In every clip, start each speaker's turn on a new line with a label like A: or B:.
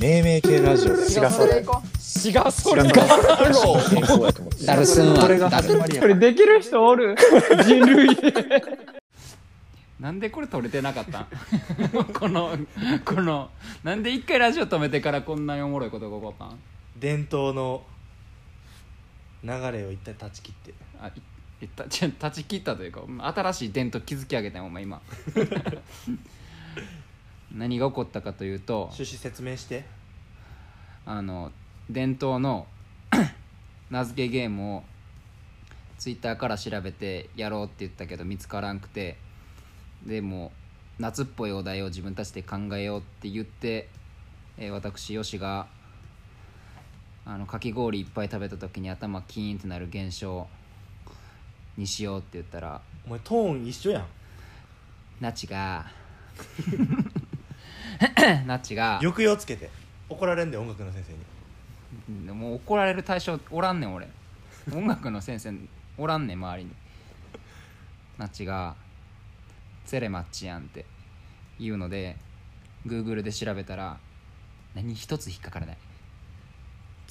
A: 命名系ラジオだ
B: 違
A: よ
B: うそれ行こ
C: 違うそれ
A: 違う
C: か
A: 健康やと思って
D: ダルスンは
A: これが
D: ダ
A: 始
D: ル
A: まりや
E: これできる人お る人類
C: なんでこれ取れてなかったん このこのなんで一回ラジオ止めてからこんなにおもろいことが起こったん
F: 伝統の流れを一体断ち切って
C: あいいったち断ち切ったというか新しい伝統築き上げたよお前今 何が起こったかというと
F: 趣旨説明して
C: あの伝統の 名付けゲームをツイッターから調べてやろうって言ったけど見つからんくてでもう夏っぽいお題を自分たちで考えようって言って、えー私よしがあのかき氷いっぱい食べた時に頭キーンってなる現象にしようって言ったら
F: お前トーン一緒やん
C: ナチがナチが
F: 抑揚つけて怒られんで音楽の先生に
C: でもう怒られる対象おらんねん俺音楽の先生おらんねん周りにナチが「ゼレマッチやん」って言うので Google で調べたら何一つ引っかからない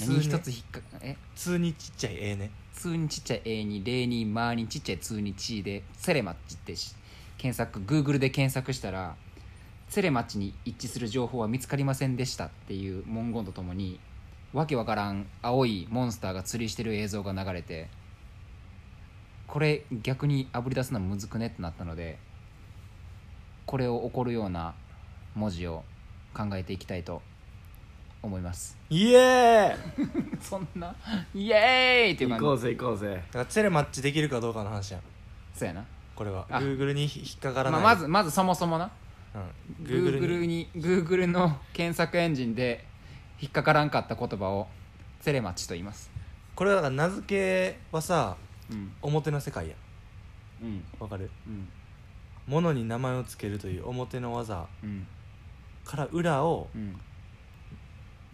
C: 何一つ引っかえ
F: 通にちっちゃいええね
C: 通にちっちゃい A に例にマーにちっちゃい通にちでセレマッチってし検索 Google で検索したらセレマッチに一致する情報は見つかりませんでしたっていう文言とともにわけわからん青いモンスターが釣りしてる映像が流れてこれ逆にあぶり出すのむずくねってなったのでこれを怒るような文字を考えていきたいと思います
F: イエーイだ
C: そんなイエーイっていう
E: 行
C: 感じ
E: こうぜ行こうぜ
F: からツェレマッチできるかどうかの話やん
C: そうやな
F: これは
C: あ
F: Google に引っかから
C: ま
F: な
C: あ、
F: い、
C: まずまずそもそもな
F: うん、Google,
C: Google
F: に
C: に Google の検索エンジンで引っかからんかった言葉をセレマッチと言います
F: これはだから名付けはさ
C: うん
F: 表の世界やん
C: うん
F: わかる
C: うん
F: 物に名前をつけるという表の技
C: うん
F: から裏を
C: うん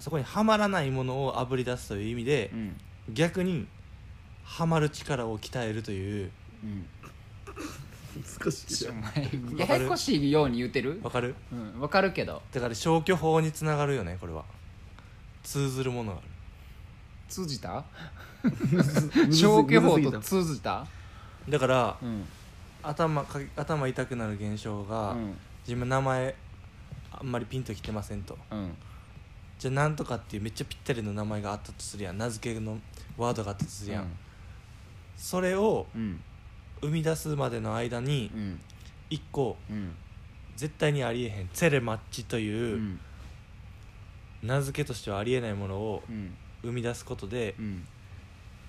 F: そこにはまらないものをあぶり出すという意味で
C: うん
F: 逆にはまる力を鍛えるという
C: うん
E: 少し
C: お前ややこしいように言うてる
F: わかる
C: うんわかるけど
F: だから消去法につながるよねこれは通ずるものがある
C: 通じた
E: ずす
C: 消去法
E: むずすぎ
C: と
E: た
C: 通じた
F: だから
C: うん
F: 頭か頭痛くなる現象
C: う
F: が、
C: ん
F: 自分名前あんまりピンときてませんと
C: うん
F: じゃあなんとかっていうめっちゃぴったりの名前があったとするやん名付けのワードがあったとするやん、それを
C: うん
F: 生み出すまでの間に
C: うん
F: 一個
C: うん
F: 絶対にありえへんツェレマッチと
C: う
F: いうん名付けとしてはありえないものを
C: うん
F: 生み出すことで
C: うん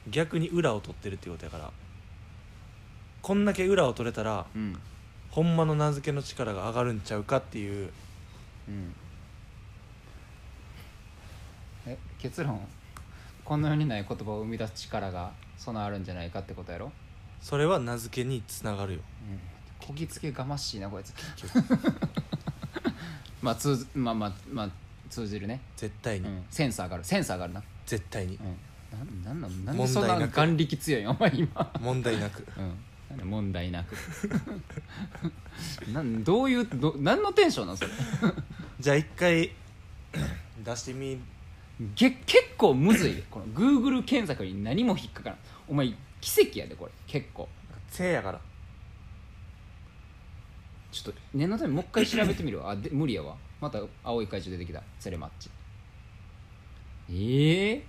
F: 逆に裏を取ってるっていうことやからこんだけ裏を取れたら
C: うん
F: ほんまの名付けの力が上がるんちゃうかっていう
C: うんえ結論この世にない言葉を生み出す力が備わるんじゃないかってことやろ、
F: それは名付けにつながるよ
C: うん、こぎつけがましいなこいつ まあ通ずまあまあまあ通じるね、
F: 絶対
C: う
F: に、
C: ん、センス上がるセンス上がるな、
F: 絶対に
C: うん、なんなんなんなんで
F: 問
C: そん
F: 題な
C: な
F: く
C: 眼力強いんお前今
F: 問題 なく
C: うんなんで問題なく なんどういうど何のテンションなんそれ
F: じゃあ一回 出してみ
C: げ結構むずいでこの Google 検索に何も引っかからんお前奇跡やでこれ結構
F: せいやから
C: ちょっと念のためもう一回調べてみるわあで無理やわまた青い怪獣出てきたセレマッチええ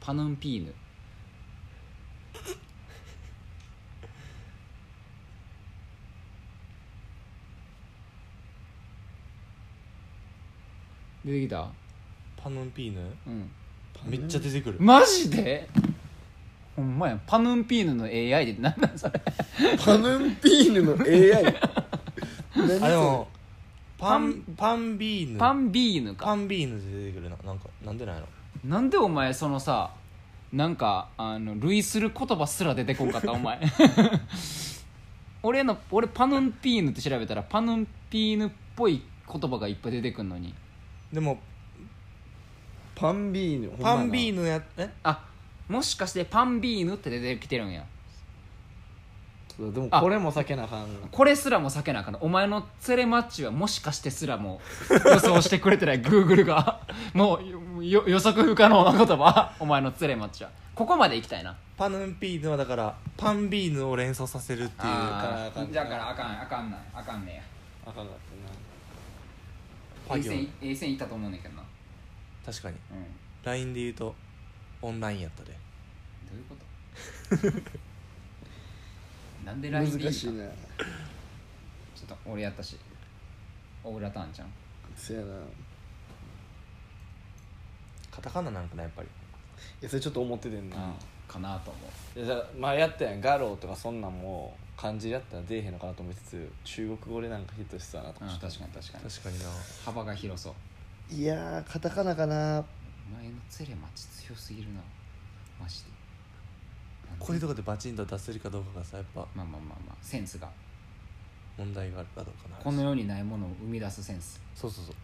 C: パヌンピーヌ 出てきた
F: パノンピーヌ
C: うん
F: めっちゃ出てくる
C: マジでほんまやパヌンピーヌの AI で何なんそれ
D: パヌンピーヌの AI
F: あでもパ
C: パ
F: ンパンビーヌ
C: パンビーヌ
F: パ
C: か
F: ンビーヌで出てくるななんかなんでなんやろ
C: なんでお前そのさなんかあの類する言葉すら出てこんかったお前 俺の俺パヌンピーヌって調べたらパヌンピーヌっぽい言葉がいっぱい出てくんのに
F: でも
D: パンビーヌ
F: パンビー
D: ヌ
F: ヌやえ
C: あもしかしてパンビーヌって出てきてるんや
E: でもこれも避けなあかんな
C: これすらも避けなあかんのお前のツレマッチはもしかしてすらも予想してくれてない Google がもうよ予測不可能な言葉お前のツレマッチはここまで行きたいな
F: パヌンピーヌはだからパンビーヌを連想させるっていう
E: あー
C: だからあかんあかんなあかんね
E: あかんかった
C: や
F: パ
C: A
F: 行
C: 線 A 線いったと思うねんだけどな、
F: 確かに
C: うん、
F: LINE で言うとオンラインやったで
C: どういうことなんで
E: な
C: LINE でいい
E: 難
C: ん
E: しいな
C: ちょっと俺やったしオーラターンちゃん
E: せやない
F: カタカナなんかなやっぱり
E: やそれちょっと思っててんな
C: かなと思う
E: いやじゃあまあやったやんガローとかそんなんも漢字やったら出えへんのかなと思いつつ中国語でなんかヒットしてたなと
C: うん
E: か
C: 確かに確かに
F: 確かにな
C: 幅が広そう
E: いやーカタカナかな
C: お前のツレマチ強すぎるなマジでなんで
F: こういうとこでバチンと出せるかどうかがさやっぱ
C: まあまあまあまあセンスが
F: 問題があるかどうかな
C: この世にないものを生み出すセンス
F: そうそうそう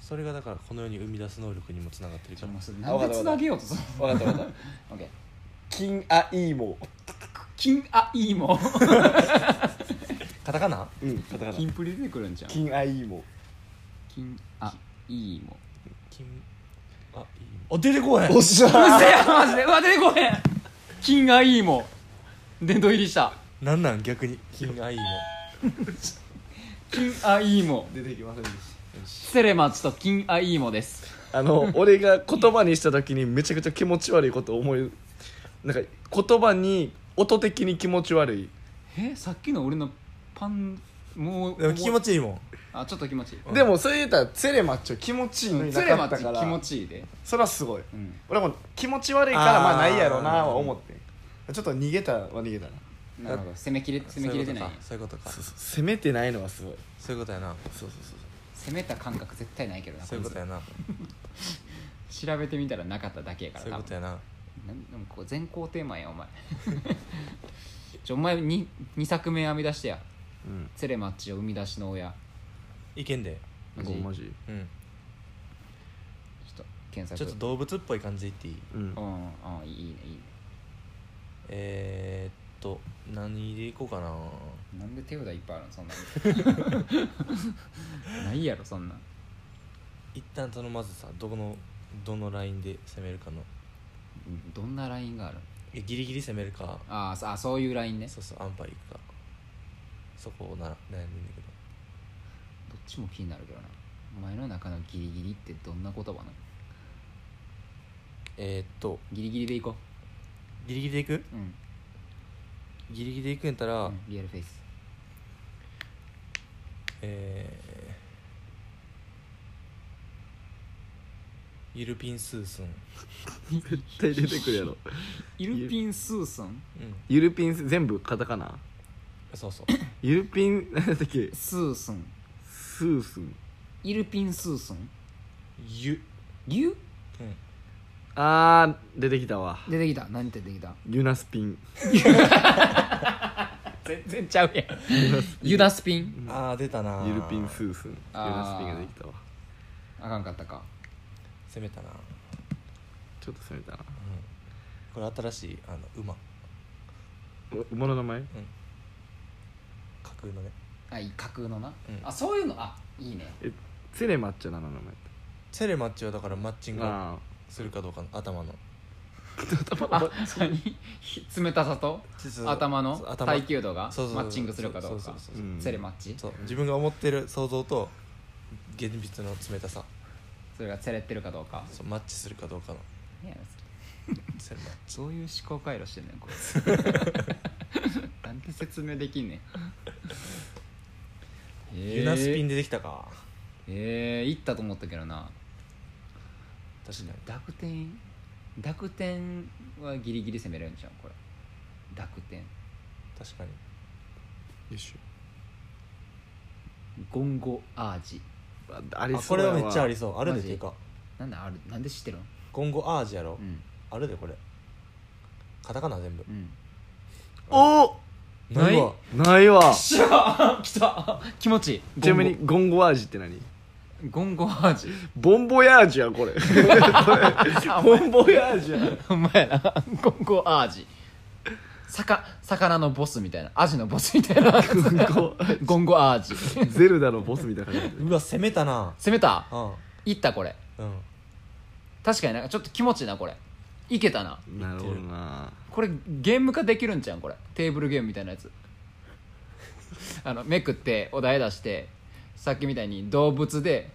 F: それがだからこの世に生み出す能力にもつながってる
C: ち
F: か
C: ょ
F: ら
C: もうそれ
E: あ
C: な
E: わか
C: ん
E: っ
C: で
E: た
C: つなげようとその
E: 分かった分かった
C: オッケー
E: 金あいいも
C: 金あいいもん
F: カタカナ
E: うんカタカナ
C: 金プリ出てくるんじゃん
E: 金あいいも
C: 金あいいもん
F: 金あいいあ出てこへん
E: おっしゃ
C: う
E: ー
C: せやマジでうわ出てこへん金あいいもん殿堂入りした
F: なんなん逆に金あいいも
C: 金あいいもん
E: 出てきませんでし
C: セレマチと金あいいもです
E: たあ の俺が言葉にした時にめちゃくちゃ気持ち悪いことを思いなんか言葉に音的に気持ち悪い
C: えさっきの俺のパンもう
F: でも気持ちいいもん
C: あちょっと気持ちいい
E: でもそれ言ったらツェレマッチョ気持ちいいのに
C: ツ
E: な
C: レ
E: か
C: マ
E: った
C: チ
E: から
C: 気持ちいいで
E: それはすごい
C: うん
E: 俺も気持ち悪いからまあないやろうな
F: あー
E: は思ってちょっと逃げたは逃げたな
C: なるほど攻めきれ攻めきれてない
F: そういうことかそういうことか
E: そうそう攻めてないのはすごい
F: そういうことやな
E: そうそうそう
C: 攻めた感覚絶対ないけどな
F: そういうことやな
C: 調べてみたらなかっただけやから
F: そういうことやな
C: 多分なんでもこう全校テーマやお前 ちょお前 2, 二作目編み出してや
E: うん
C: 「ツレマッチを生み出しの親
F: いけんで」
C: マジ
E: ごめんマジ
F: うん
C: ちょっと検
F: ちょ
C: 索
F: っと動物っぽい感じで言っていい
E: うん
C: うんうんいいねいいね
F: えー、っと何でいこうかな
C: なんで手札いっぱいあるの そんなのないやろそんなん
F: 一旦そのまずさどこのどのラインで攻めるかの
C: どんなラインがある
F: いやギリギリ攻めるか
C: あーそあそういうラインねど
F: そうそうアンパイ行くかそこをなら悩んでんだけど
C: っちも気になるけどなお前の中のギリギリってどんな言葉なの
F: えー、っと
C: ギリギリでいこ
F: ギリギリで行く
C: ううん
F: ギリギリで行くんやったら、
C: うんリアルフェイス
F: えー、ゆるピンスースン
E: 絶対出てくるやろ
C: イルピン・スーソン
F: うん
E: ゆるピンス全部カタカナ
F: そうそう
E: ゆるピン何だっけ
C: スーソン
E: スースン
C: イルピン・スーソン
F: ゆ
C: ゆ
F: うん
E: あー出てきたわ
C: 出てきた何て出てきた
E: ユナスピン
C: 全然ちゃうやん ユダスピン
F: ああ出たなー
E: ゆるピンスースンユ
C: あー
E: ナスピンができたわ
C: あかんかったか
F: 攻めたな、うん、
E: ちょっと攻めたな
F: これ新しいあの馬、うん、
E: お馬の名前
F: 架空のね
C: あいい架空のな、
F: うん
C: あそういうのあいいね
E: えセレマッチョなの名前
F: セレマッチはだからマッチング
E: あ
F: するかどうかの頭の
C: あ何 冷たさと
F: そうそう
C: 頭の
F: そう
C: 耐久度がマ
F: そうそうそう
C: ッチングするかどう
F: そ
C: か
F: うそう
E: う
F: そうそう,、
E: ん
C: セレマッチ
F: そう自分が思ってる想像と現実の冷たさ
C: それがセレってるかどうか
F: そうマッチするかどうかの
C: いやそれ
F: セレマッチ
C: どういう思考回路してんねんこ いつなんて説明できんねん
F: ユナスピン
C: で
F: でできたか
C: えー、行ったと思ったけどな
F: 確かに
C: 濁点濁点はギリギリ攻めれるんじゃんこれ濁点
F: 確かに
E: よし
C: ゴンゴアージ
E: ああり
F: あ
E: そ
F: こ
E: う
F: れ
E: や
F: は
E: わ
F: めっちゃありそうあるで
C: マジ
F: ていうか
C: なんだあるなんで知ってるの
F: 今後アージやろ、
C: うん
F: あるでこれカタカナ全部
C: うん
E: お
C: ない
F: わ
E: ないわ
C: しゃー来た気持ちいい
E: ちなみにゴンゴアージって何
C: ゴンゴゴンゴアージ
E: ボンボヤージュや これボンボヤージュや
C: お前なゴンゴアージさか魚のボスみたいなアジのボスみたいなゴンゴアージ
E: ゼルダのボスみたいな感じ
F: うわ攻めたな
C: 攻めた
F: うん
C: いったこれ
F: うん
C: 確かになんかちょっと気持ちいいなこれいけたな
E: なるほどな
C: これゲーム化できるんじゃんこれテーブルゲームみたいな やつあのめくってお題出してさっきみたいに動物で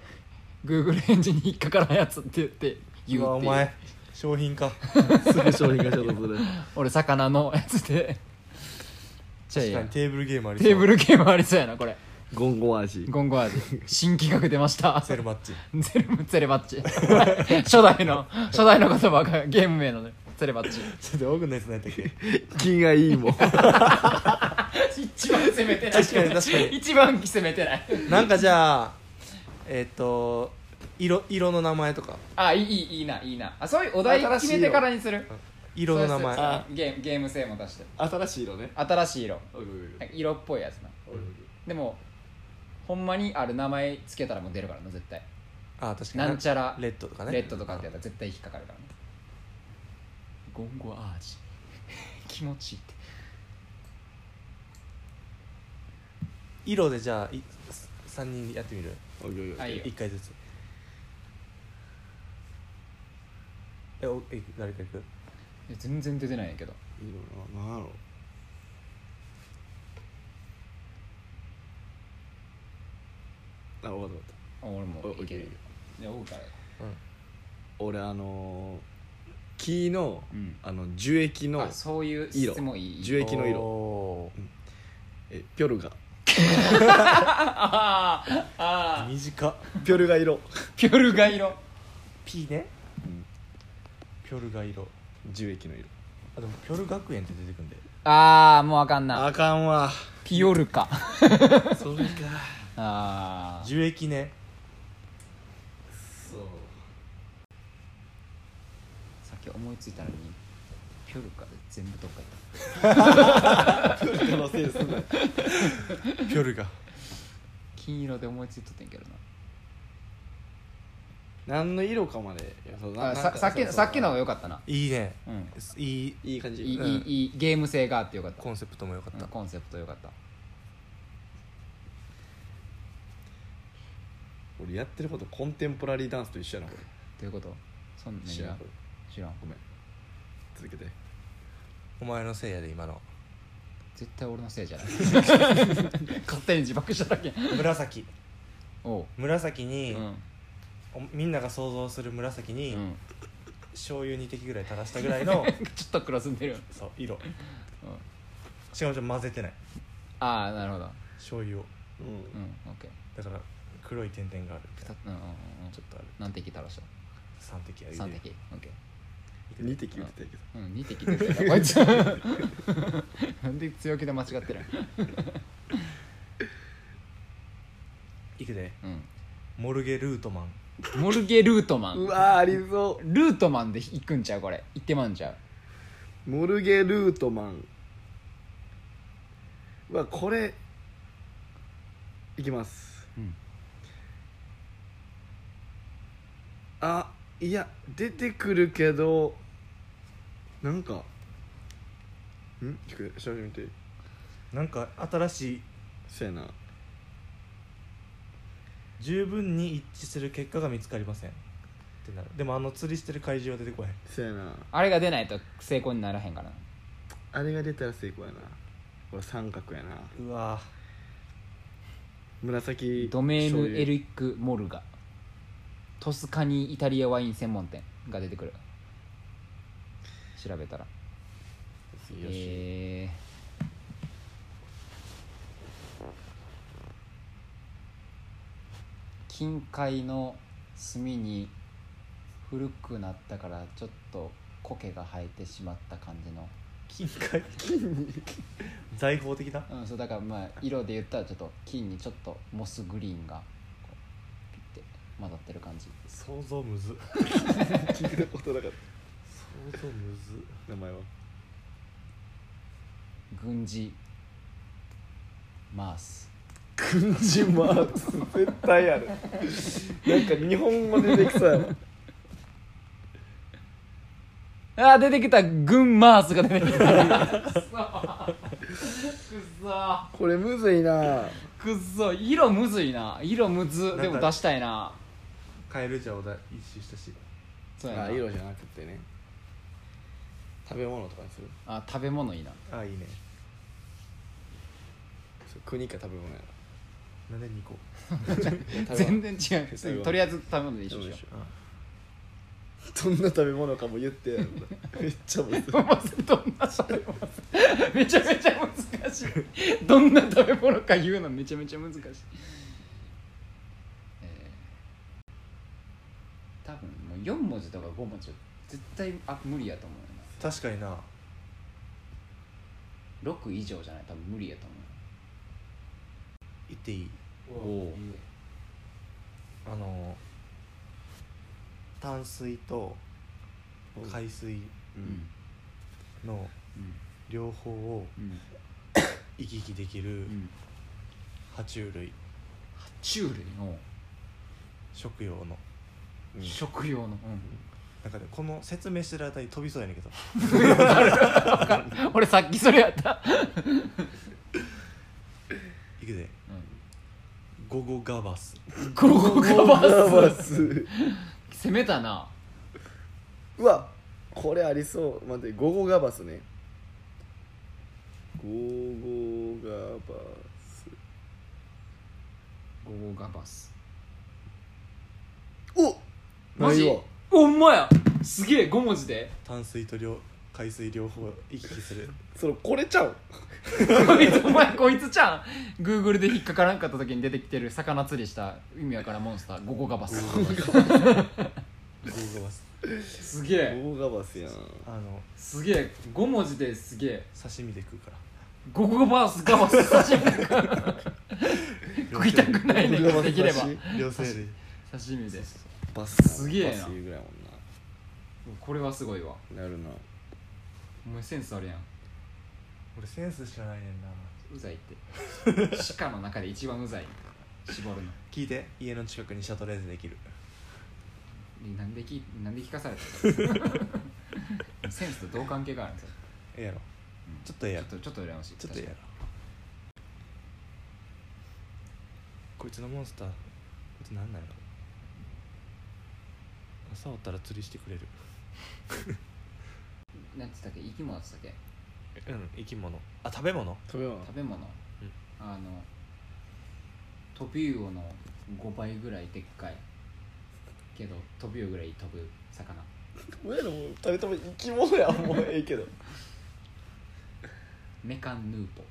C: Google エンジンに引っかからんやつって言って言
F: うわ
C: うっ
F: お
C: ていう
F: 前商品か
E: すぐ商品化しようとする
C: 俺魚のやつでじゃあ
F: 確
C: いい
F: か
C: や
F: にテーブルゲームありそう
C: テーブルゲームありそうやなこれ
E: ゴンゴン味
C: ゴンゴ味新企画出ました
F: セルマッチ
C: ゼルムゼレバッチ初代の初代の言葉がゲーム名なのよゼレバッチ
F: ちょっと奥のやつ何やったっけ
E: 気がいいもん
C: 一番攻めてない
F: 確かに確かに
C: 一番攻めてない
F: なんかじゃあえっ、と色色の名前とか
C: あいいいいいいないいなあそういうお題決めてからにする
F: 色の名
C: そう
F: 前
C: ですゲームゲーム性も出して
E: 新しい色ね
C: 新しい色
E: おいおいおいおい
C: なんか色っぽいやつな
E: おいおい
C: でもほんまにある名前つけたらもう出るからな絶対
F: あ確かに
C: なんちゃら
F: レッドとかね
C: レッドとかってやったら絶対引っかかるからねゴンゴアージ 気持ちいいって
F: 色でじゃあい3人やってみる
E: おいおいおい
C: あいいよ
F: 1回ずつえおえ誰か行く
C: え全然出てないんやけど
E: 色ななんやろあ分かった分かっ
C: あ俺も
E: お
C: いけ
E: いい
C: る
E: よ
C: じゃあ追うから
E: た俺あのー木の
C: うん
E: あの樹液の
C: あそういう質問いい
E: 樹液の
F: 色
E: 色えピョルガ
C: あーあー
F: 短っ
E: ピョルガ色
C: ピョルガ色
F: ピーね、
E: ん
F: ピョルガ色
E: 樹液の色
F: あでもピョル学園って出てくんで
C: ああもうあかんな
E: あかんわ
C: ピオルカ
E: それか
C: あー
F: 樹液ね
E: そう
C: さっき思いついたのにピョルカで全部どっか行った
E: ピョルガのせいすんな
F: ピョルガ
C: 金色で思いついとってんけど
E: 何の色かまでいやそう
C: な
E: な
C: あ
E: なん
C: さ
E: か
C: さっき
E: そうそう
C: さっきの方が良かったな、
F: いいね
C: うん、
F: いい
E: いい感
C: い
E: じ
C: い,、
E: うん
C: いいいゲーム性があって良かった
F: コンセプトも良かっ
C: うん
F: た、
C: コンセプト良かった
E: 俺やってることコンテンポラリーダンスと一緒やなこ
C: どういうことそん
E: れ
C: な
E: 知らんこれ
C: 知らん
E: ごめん続けて
F: お前のせいやで今の
C: 絶対俺のせいじ ゃない勝手に自爆しただけ
F: 紫
C: おう
F: 紫
C: う
F: に、
C: ん
F: おみんなが想像する紫
C: う
F: に、
C: ん、
F: 醤油2滴ぐらい垂らしたぐらい の
C: ちょっと黒ずんでるよ、
F: そう色
C: うん、
F: しかもちょっと混ぜてない
C: ああなるほど
F: 醤油を
E: うん
C: うんオッケー
F: だから黒い点々がある
C: 二つうんうんうん
F: ち
C: ち
F: ょ
C: ょ
F: っとある
C: 何滴垂らした
F: 3滴ある
C: 三滴オッケー
E: 2滴言ってたけど
C: うん、2滴出てたこいつ なんで強気で間違ってる
F: いくで
C: うん
F: モルゲルートマン
C: モルゲルートマ
E: う
C: ン
E: わーありそ
C: ルートマンで行くんちゃうこれ行ってまうんちゃう
E: うモルゲルートマンうわこれいきます、
C: うん
E: あいや出てくるけどなんかん聞く調べてみて
F: なんか新しい
E: そうやな
F: 十分に一致する結果が見つかりませんってなるでもあの釣りしてる怪獣は出てこへん
E: そうやな
C: あれが出ないと成功にならへんからな
E: あれが出たら成功やなこれ三角やな
F: うわ
E: 紫
C: ドメー
E: 醤
C: ヌ・
E: 油
C: エリック・モルガトスカニイタリアワイン専門店が出てくる調べたら
E: よし
C: えー、近海の炭に古くなったからちょっと苔が生えてしまった感じの、
F: 金塊財宝的な
C: うん、そうだからまあ色で言ったらちょっと金にちょっとモスグリーンがこうピッて混ざってる感じ
F: 想像むず
E: 聞いたことなかっ
F: 想像むず
E: た名前は
C: 軍事マース
E: 軍事マース絶対あるなんか日本語出てきそうやわ
C: あー出てきたグンマースが出てきた
E: これむずいな
C: くっそ色むずいな色むずでも出したいな
F: カエルじゃお題一周したし
C: そうやな
E: あ色じゃなくてね食べ物とかにする
C: あ食べ物いいな
F: ああいいね
E: そう国か食べ物や
F: なんで2個
E: な
C: 全然違
E: 食べ
C: う
E: 物
C: とりあえず食べ物で一緒
E: 食べ
C: で
E: 物
C: し
E: でしょどんな食べ物かも言ってや るめっちゃむずい
C: ょどんな食べ物 めちゃめちゃ難しいどんな食べ物か言うのめちゃめちゃ難しい、えー、多分もう4文字とか5文字は絶対あ無理やと思うよな
F: 確かにな
C: 6以上じゃない多分無理やと思
F: 言っていいう
C: おお
F: あの淡水と海水
C: うん
F: の
C: うん
F: 両方を
C: うん
F: 行き来できる
C: うん
F: 爬虫類
C: 虫類の
F: 食用の
C: 食用の、
F: 中でこの説明してるあたり飛びそうやねんけど
C: うん、 俺さっきそれやった、
F: いくでゴゴガバス
C: うん、ゴゴガバ
E: ガバ
C: ス
E: ス
C: 攻めたな
E: うわこれありそう待ってゴゴガバスねゴゴガバス
C: ゴゴガバス
E: お
C: マジ
E: ないわ
C: おんまやすげえ5文字で
F: 淡水と両海水両方行き来する
E: それこれちゃう
C: こいつお前こいつちゃんグーグルで引っかからんかった時に出てきてる魚釣りした意味わからんモンスターゴゴガバス
F: ゴゴガバス
C: すげえ
E: ゴゴガバスやん
F: あの
C: すげえ5文字ですげえ
F: 刺身で食うから
C: ゴゴガバスガ バス刺身で食いたくないね
E: ゴゴガバス
C: できれば
E: 刺
F: 両生類
C: 刺身で
E: バス
C: すげえな
E: バスいうぐらいやも
C: これはすごいわ
E: んななるな
C: お前センスあるやん
F: 俺センスしかないねんな
C: うざい って鹿の中で一番うざい絞るの
F: 聞いて家の近くにシャトレーゼできる
C: えなんできなんで聞かされたのセンスとどう関係があるんですか
F: ええやろちょっとええや
C: ちょ
F: ろ
C: っとちょっと羨ましい
F: ちょっとええやろこいつのモンスターこいつなんなんやろ触ったら釣りしてくれる
C: なんつったっけ生き物つったっけ
F: うん生き物あ食べ物
E: 食べ物
C: 食べ物、あのトビウオの5倍ぐらいでっかいけどトビウオぐらい飛ぶ魚
E: 俺らもう二人とも生き物やもうええけど
C: メカンヌーポ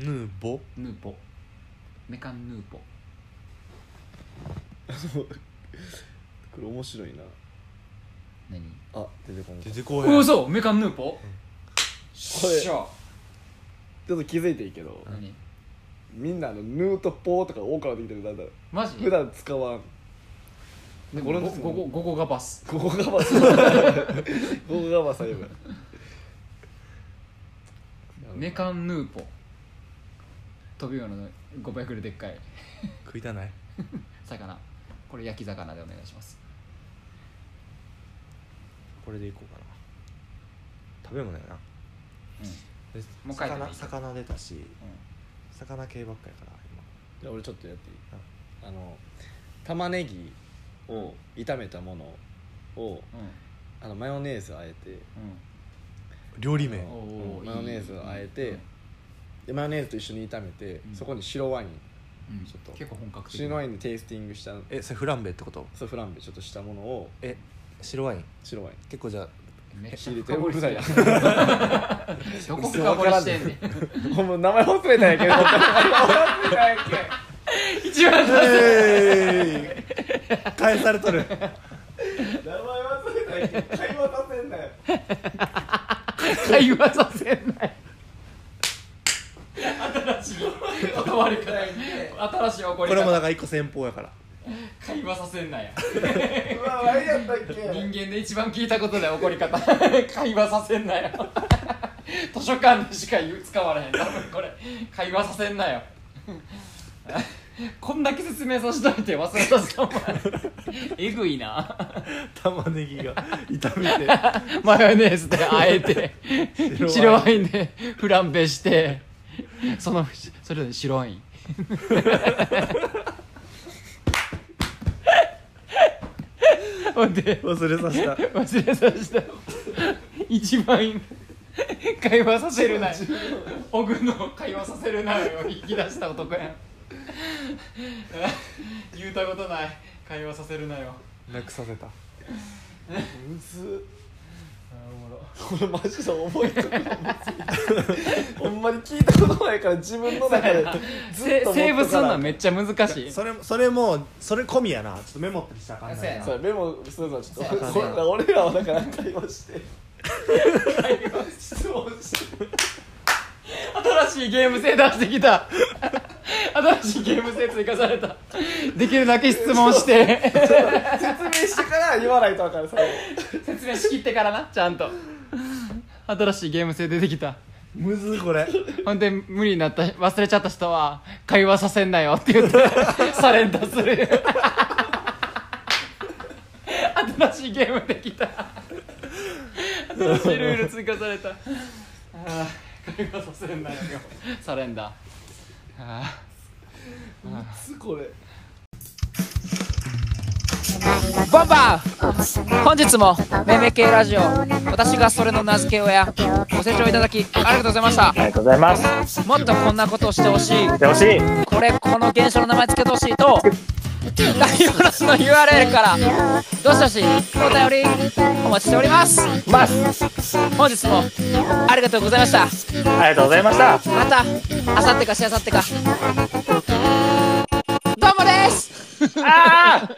F: ヌーボ
C: ヌーポメカンヌーポ
E: これ面白いな
C: 何
E: あ出てこんか
F: 出
E: ち
F: てこうへ
C: お
F: ん
C: うそうメカンヌーポ、
E: これ
C: しゃ
E: ょっと気づいていいけど
C: 何
E: みんなあのヌーとポーとか多くなってきてるだんだん
C: マジ
E: 普段使わん
C: でも
E: これ
C: ゴゴゴゴゴガバス
E: ゴゴガバスゴゴガバスはよく
C: メカンヌーポ飛びウオの5倍ぐらいでっかい
F: 食いたない
C: 魚これ焼き魚でお願いします
F: これでいこうかな食べ物やな
C: うん
F: で
C: もう書いてない
F: 魚魚出たし魚系ばっかやから
E: じゃあ俺ちょっとやっていいあの玉ねぎを炒めたものを
C: うんうん
E: あのマヨネーズをあえて
F: 今料理名
E: うん
C: おー
E: マヨネーズをあえて
C: うん
E: でマヨネーズと一緒に炒めて、
C: うん
E: そこに白ワイン
C: うんうん
E: ちょっと
C: 結構本格的
E: 白ワインでテイスティングした
F: えそれフランベってこと
E: そうフランベちょっとしたものを
F: え白ワイン
E: 白ワイン
F: 結構じゃあ
C: めっちゃ
E: 入れて
C: 深掘りしてる
E: うる
C: どこ深掘りしてんね
E: ほんま名前忘れたんやけど
C: ん一番最初
F: えー、返されとる
E: 名前忘れたんやけど会話させんなよ
C: 会話させない新しい断り方新しい怒
F: こ
C: り
F: れも
C: 方
F: だから一個先方やから
C: 会話させんなや
E: うわ何やったっけ
C: 人間で一番聞いたことない怒り方会話させんなよ図書館でしか言う使われへん多分これ会話させんなよこんだけ説明させといて忘れさせたお前 えぐいな
F: 玉ねぎ が炒めて
C: マヨネーズであえて白ワインで フランベしてそのそれで白ワイン ほんで
D: 忘れさせた
C: 忘れさせた一番会話させるなオグの会話させるなを引き出した男やん 言うたことない会話させるなよ
F: なくさせた
D: むず
C: あーおもろ
D: これマジで覚えてるほんまに聞いたことないから自分の中でずっ
C: セ
D: と持っとかな
C: セーブすんのめっちゃ難しい
F: それもそれもそれ込みやなちょっとメモったりしたらあかん
C: そう
F: ない
C: やな
D: それメモするのはちょっ
C: そう
D: と
C: や
D: こんな俺らはだから会話して
C: 質問して新しいゲーム性出してき た新しいゲーム性追加されたできるだけ質問して
D: 説明してから言わないとあかん最後
C: 説明しきってからなちゃんと新しいゲーム性出てきた
F: むずいこれ
C: ほんで無理になった忘れちゃった人は会話させんなよって言ってサレンダする新しいゲームできた新しいルール追加されたあー会話させんなよサレンダーあ
D: すこれ
C: ーバンバー本日もめめ系ラジオ私がそれの名付け親ご清聴いただきありがとうございました
A: りがとうございます。
C: もっとこんなことをしてほしい
A: 楽しい。
C: これこの現象の名前つけてほしいと概要欄の URL からどしどしお便りお待ちしておりますます本日もありがとうございました
A: ありがとうございました。
C: またあさってかしあさってかどうもですああ